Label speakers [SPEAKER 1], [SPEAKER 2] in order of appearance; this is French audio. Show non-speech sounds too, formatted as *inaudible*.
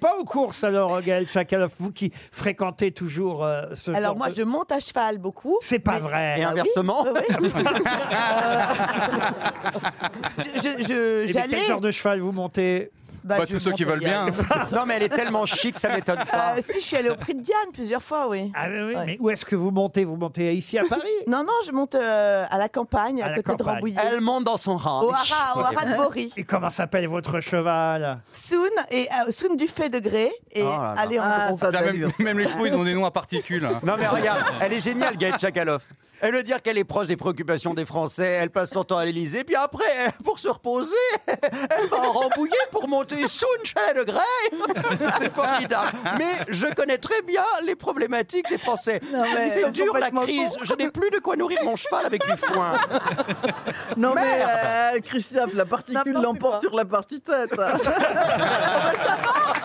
[SPEAKER 1] pas aux courses alors, Gaël Chakalov, vous qui fréquentez toujours euh, ce genre
[SPEAKER 2] Alors moi,
[SPEAKER 1] de-
[SPEAKER 2] je euh, monte à cheval beaucoup. Ah
[SPEAKER 1] C'est pas vrai.
[SPEAKER 2] Et inversement. Euh, Je- je-
[SPEAKER 1] Et de
[SPEAKER 2] J'allais.
[SPEAKER 1] quel genre de cheval vous montez
[SPEAKER 2] bah,
[SPEAKER 3] Pas
[SPEAKER 2] je
[SPEAKER 3] tous ceux qui
[SPEAKER 2] monte à
[SPEAKER 3] veulent bien. hein.
[SPEAKER 2] Diane.
[SPEAKER 4] Non, mais elle est tellement chic, ça m'étonne pas.
[SPEAKER 2] Euh, si, je suis allée au prix de Diane plusieurs fois, oui.
[SPEAKER 1] Ah oui, oui,
[SPEAKER 2] Ouais.
[SPEAKER 1] mais où est-ce que vous montez Vous montez ici
[SPEAKER 2] *laughs*
[SPEAKER 1] à Paris
[SPEAKER 2] Non, non, je monte euh, à la campagne, à,
[SPEAKER 1] À la
[SPEAKER 2] côté de
[SPEAKER 1] campagne.
[SPEAKER 2] Rambouillet.
[SPEAKER 4] Elle monte dans son ranch.
[SPEAKER 2] Au haras, au haras de Bory.
[SPEAKER 1] Et comment s'appelle votre cheval
[SPEAKER 2] Soun, et, euh, Soun du fait de Gré et
[SPEAKER 4] Oh là là.
[SPEAKER 2] Alejandro.
[SPEAKER 3] Là, même, même les chevaux, ils ont des noms à particules. hein.
[SPEAKER 4] Non, mais regarde, elle est géniale, Gaëlle Chakalov. Elle veut dire qu'elle est proche des préoccupations des Français, elle passe son temps à l'Elysée, puis après, pour se reposer, elle va en rembouiller pour monter Sunshine de Grey. C'est formidable. Mais je connais très bien les problématiques des Français.
[SPEAKER 2] Non, mais ils
[SPEAKER 4] C'est
[SPEAKER 2] sont
[SPEAKER 4] dur la
[SPEAKER 2] complètement
[SPEAKER 4] crise,
[SPEAKER 2] cons.
[SPEAKER 4] je n'ai plus de quoi nourrir mon cheval avec du foin.
[SPEAKER 5] Non
[SPEAKER 4] Merde
[SPEAKER 5] mais euh, Christophe, la particule
[SPEAKER 2] N'importe
[SPEAKER 5] l'emporte
[SPEAKER 2] quoi.
[SPEAKER 5] sur la partie tête.
[SPEAKER 2] Ah, bah, ça va